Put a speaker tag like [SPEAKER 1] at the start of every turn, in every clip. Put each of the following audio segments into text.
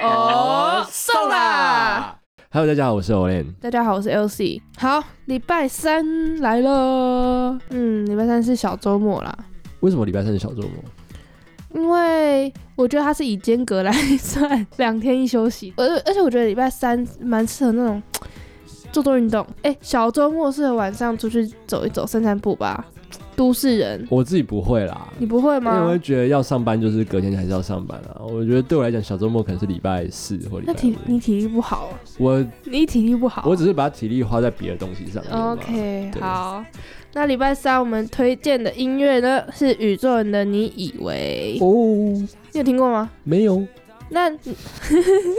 [SPEAKER 1] 哦
[SPEAKER 2] Hello，大家好，我是 Olen。
[SPEAKER 1] 大家好，我是 LC。好，礼拜三来了。嗯，礼拜三是小周末啦，
[SPEAKER 2] 为什么礼拜三是小周末？
[SPEAKER 1] 因为我觉得它是以间隔来算，两天一休息。而而且我觉得礼拜三蛮适合那种做多运动。哎、小周末适合晚上出去走一走、散散步吧。都市人，
[SPEAKER 2] 我自己不会啦，
[SPEAKER 1] 你不会
[SPEAKER 2] 因为我
[SPEAKER 1] 吗
[SPEAKER 2] 会？觉得要上班就是隔天还是要上班啊。我觉得对我来讲，小周末可能是礼拜四或礼
[SPEAKER 1] 那
[SPEAKER 2] 拜
[SPEAKER 1] 体
[SPEAKER 2] 五。
[SPEAKER 1] 你体力不好啊，
[SPEAKER 2] 我
[SPEAKER 1] 你体力不好啊。
[SPEAKER 2] 我只是把体力花在别的东西上面嘛。
[SPEAKER 1] 哦 OK，
[SPEAKER 2] 对
[SPEAKER 1] 好。那礼拜三我们推荐的音乐呢是宇宙人的《你以为》，
[SPEAKER 2] 哦，
[SPEAKER 1] 你有听过吗？
[SPEAKER 2] 没有，
[SPEAKER 1] 那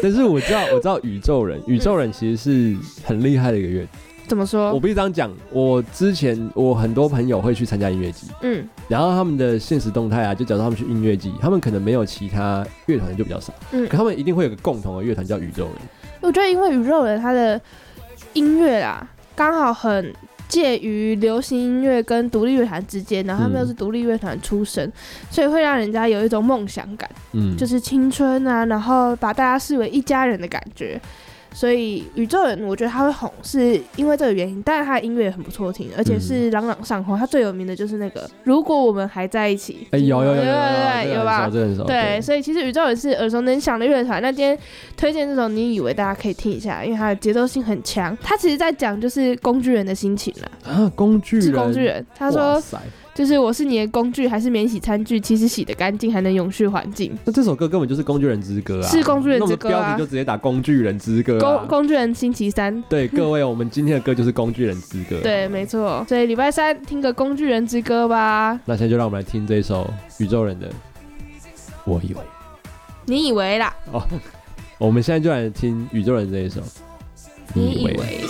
[SPEAKER 2] 但是我知道，我知道宇 宙人，宇宙人其实是很厉害的一个乐队。
[SPEAKER 1] 怎么
[SPEAKER 2] 我
[SPEAKER 1] 说？
[SPEAKER 2] 必须这样讲，我之前我很多朋友会去参加音乐季，
[SPEAKER 1] 嗯，
[SPEAKER 2] 然后他们的现实动态啊，就假如他们去音乐季，他们可能没有其他乐团就比较少，
[SPEAKER 1] 嗯
[SPEAKER 2] 可他们一定会有个共同的乐团叫宇宙人。
[SPEAKER 1] 我觉得因为宇宙人他的音乐啦，刚好很介于流行音乐跟独立乐团之间，然后他们
[SPEAKER 2] 嗯
[SPEAKER 1] 又是独立乐团出身，所以会让人家有一种梦想感，
[SPEAKER 2] 嗯，
[SPEAKER 1] 就是青春啊，然后把大家视为一家人的感觉。所以宇宙人，我觉得他会红，是因为这个原因。但是他的音乐也很不错听，而
[SPEAKER 2] 嗯
[SPEAKER 1] 且是朗朗上口。他最有名的就是那个“如果我们还在一起”，
[SPEAKER 2] 哎、有有有有
[SPEAKER 1] 对
[SPEAKER 2] 有
[SPEAKER 1] 有吧？
[SPEAKER 2] 这个很熟，
[SPEAKER 1] 对，所以其实宇宙人是耳熟能详的乐团。那今天推荐这首，你以为大家可以听一下，因为它的节奏性很强。它其实在讲就是工具人的心情啦，
[SPEAKER 2] 啊，工具人，
[SPEAKER 1] 是工具，人。他
[SPEAKER 2] 哇
[SPEAKER 1] 说
[SPEAKER 2] 塞，
[SPEAKER 1] 就是我是你的工具，还是免洗餐具？其实洗得干净还能永续环境。
[SPEAKER 2] 那这首歌根本就是工具人之歌啊，
[SPEAKER 1] 是工具人之歌啊
[SPEAKER 2] 那我们标题就直接打工具人之歌、啊
[SPEAKER 1] 工。工具人星期三。
[SPEAKER 2] 对各位，我们今天的歌就是工具人之歌、
[SPEAKER 1] 对，，啊没错。所以礼拜三听个工具人之歌吧。
[SPEAKER 2] 那现在就让我们来听这首宇宙人的《我以为》。
[SPEAKER 1] 你以为啦？
[SPEAKER 2] 哦，我们现在就来听宇宙人这一首。
[SPEAKER 1] 你以
[SPEAKER 3] 你
[SPEAKER 1] 为？
[SPEAKER 3] 以为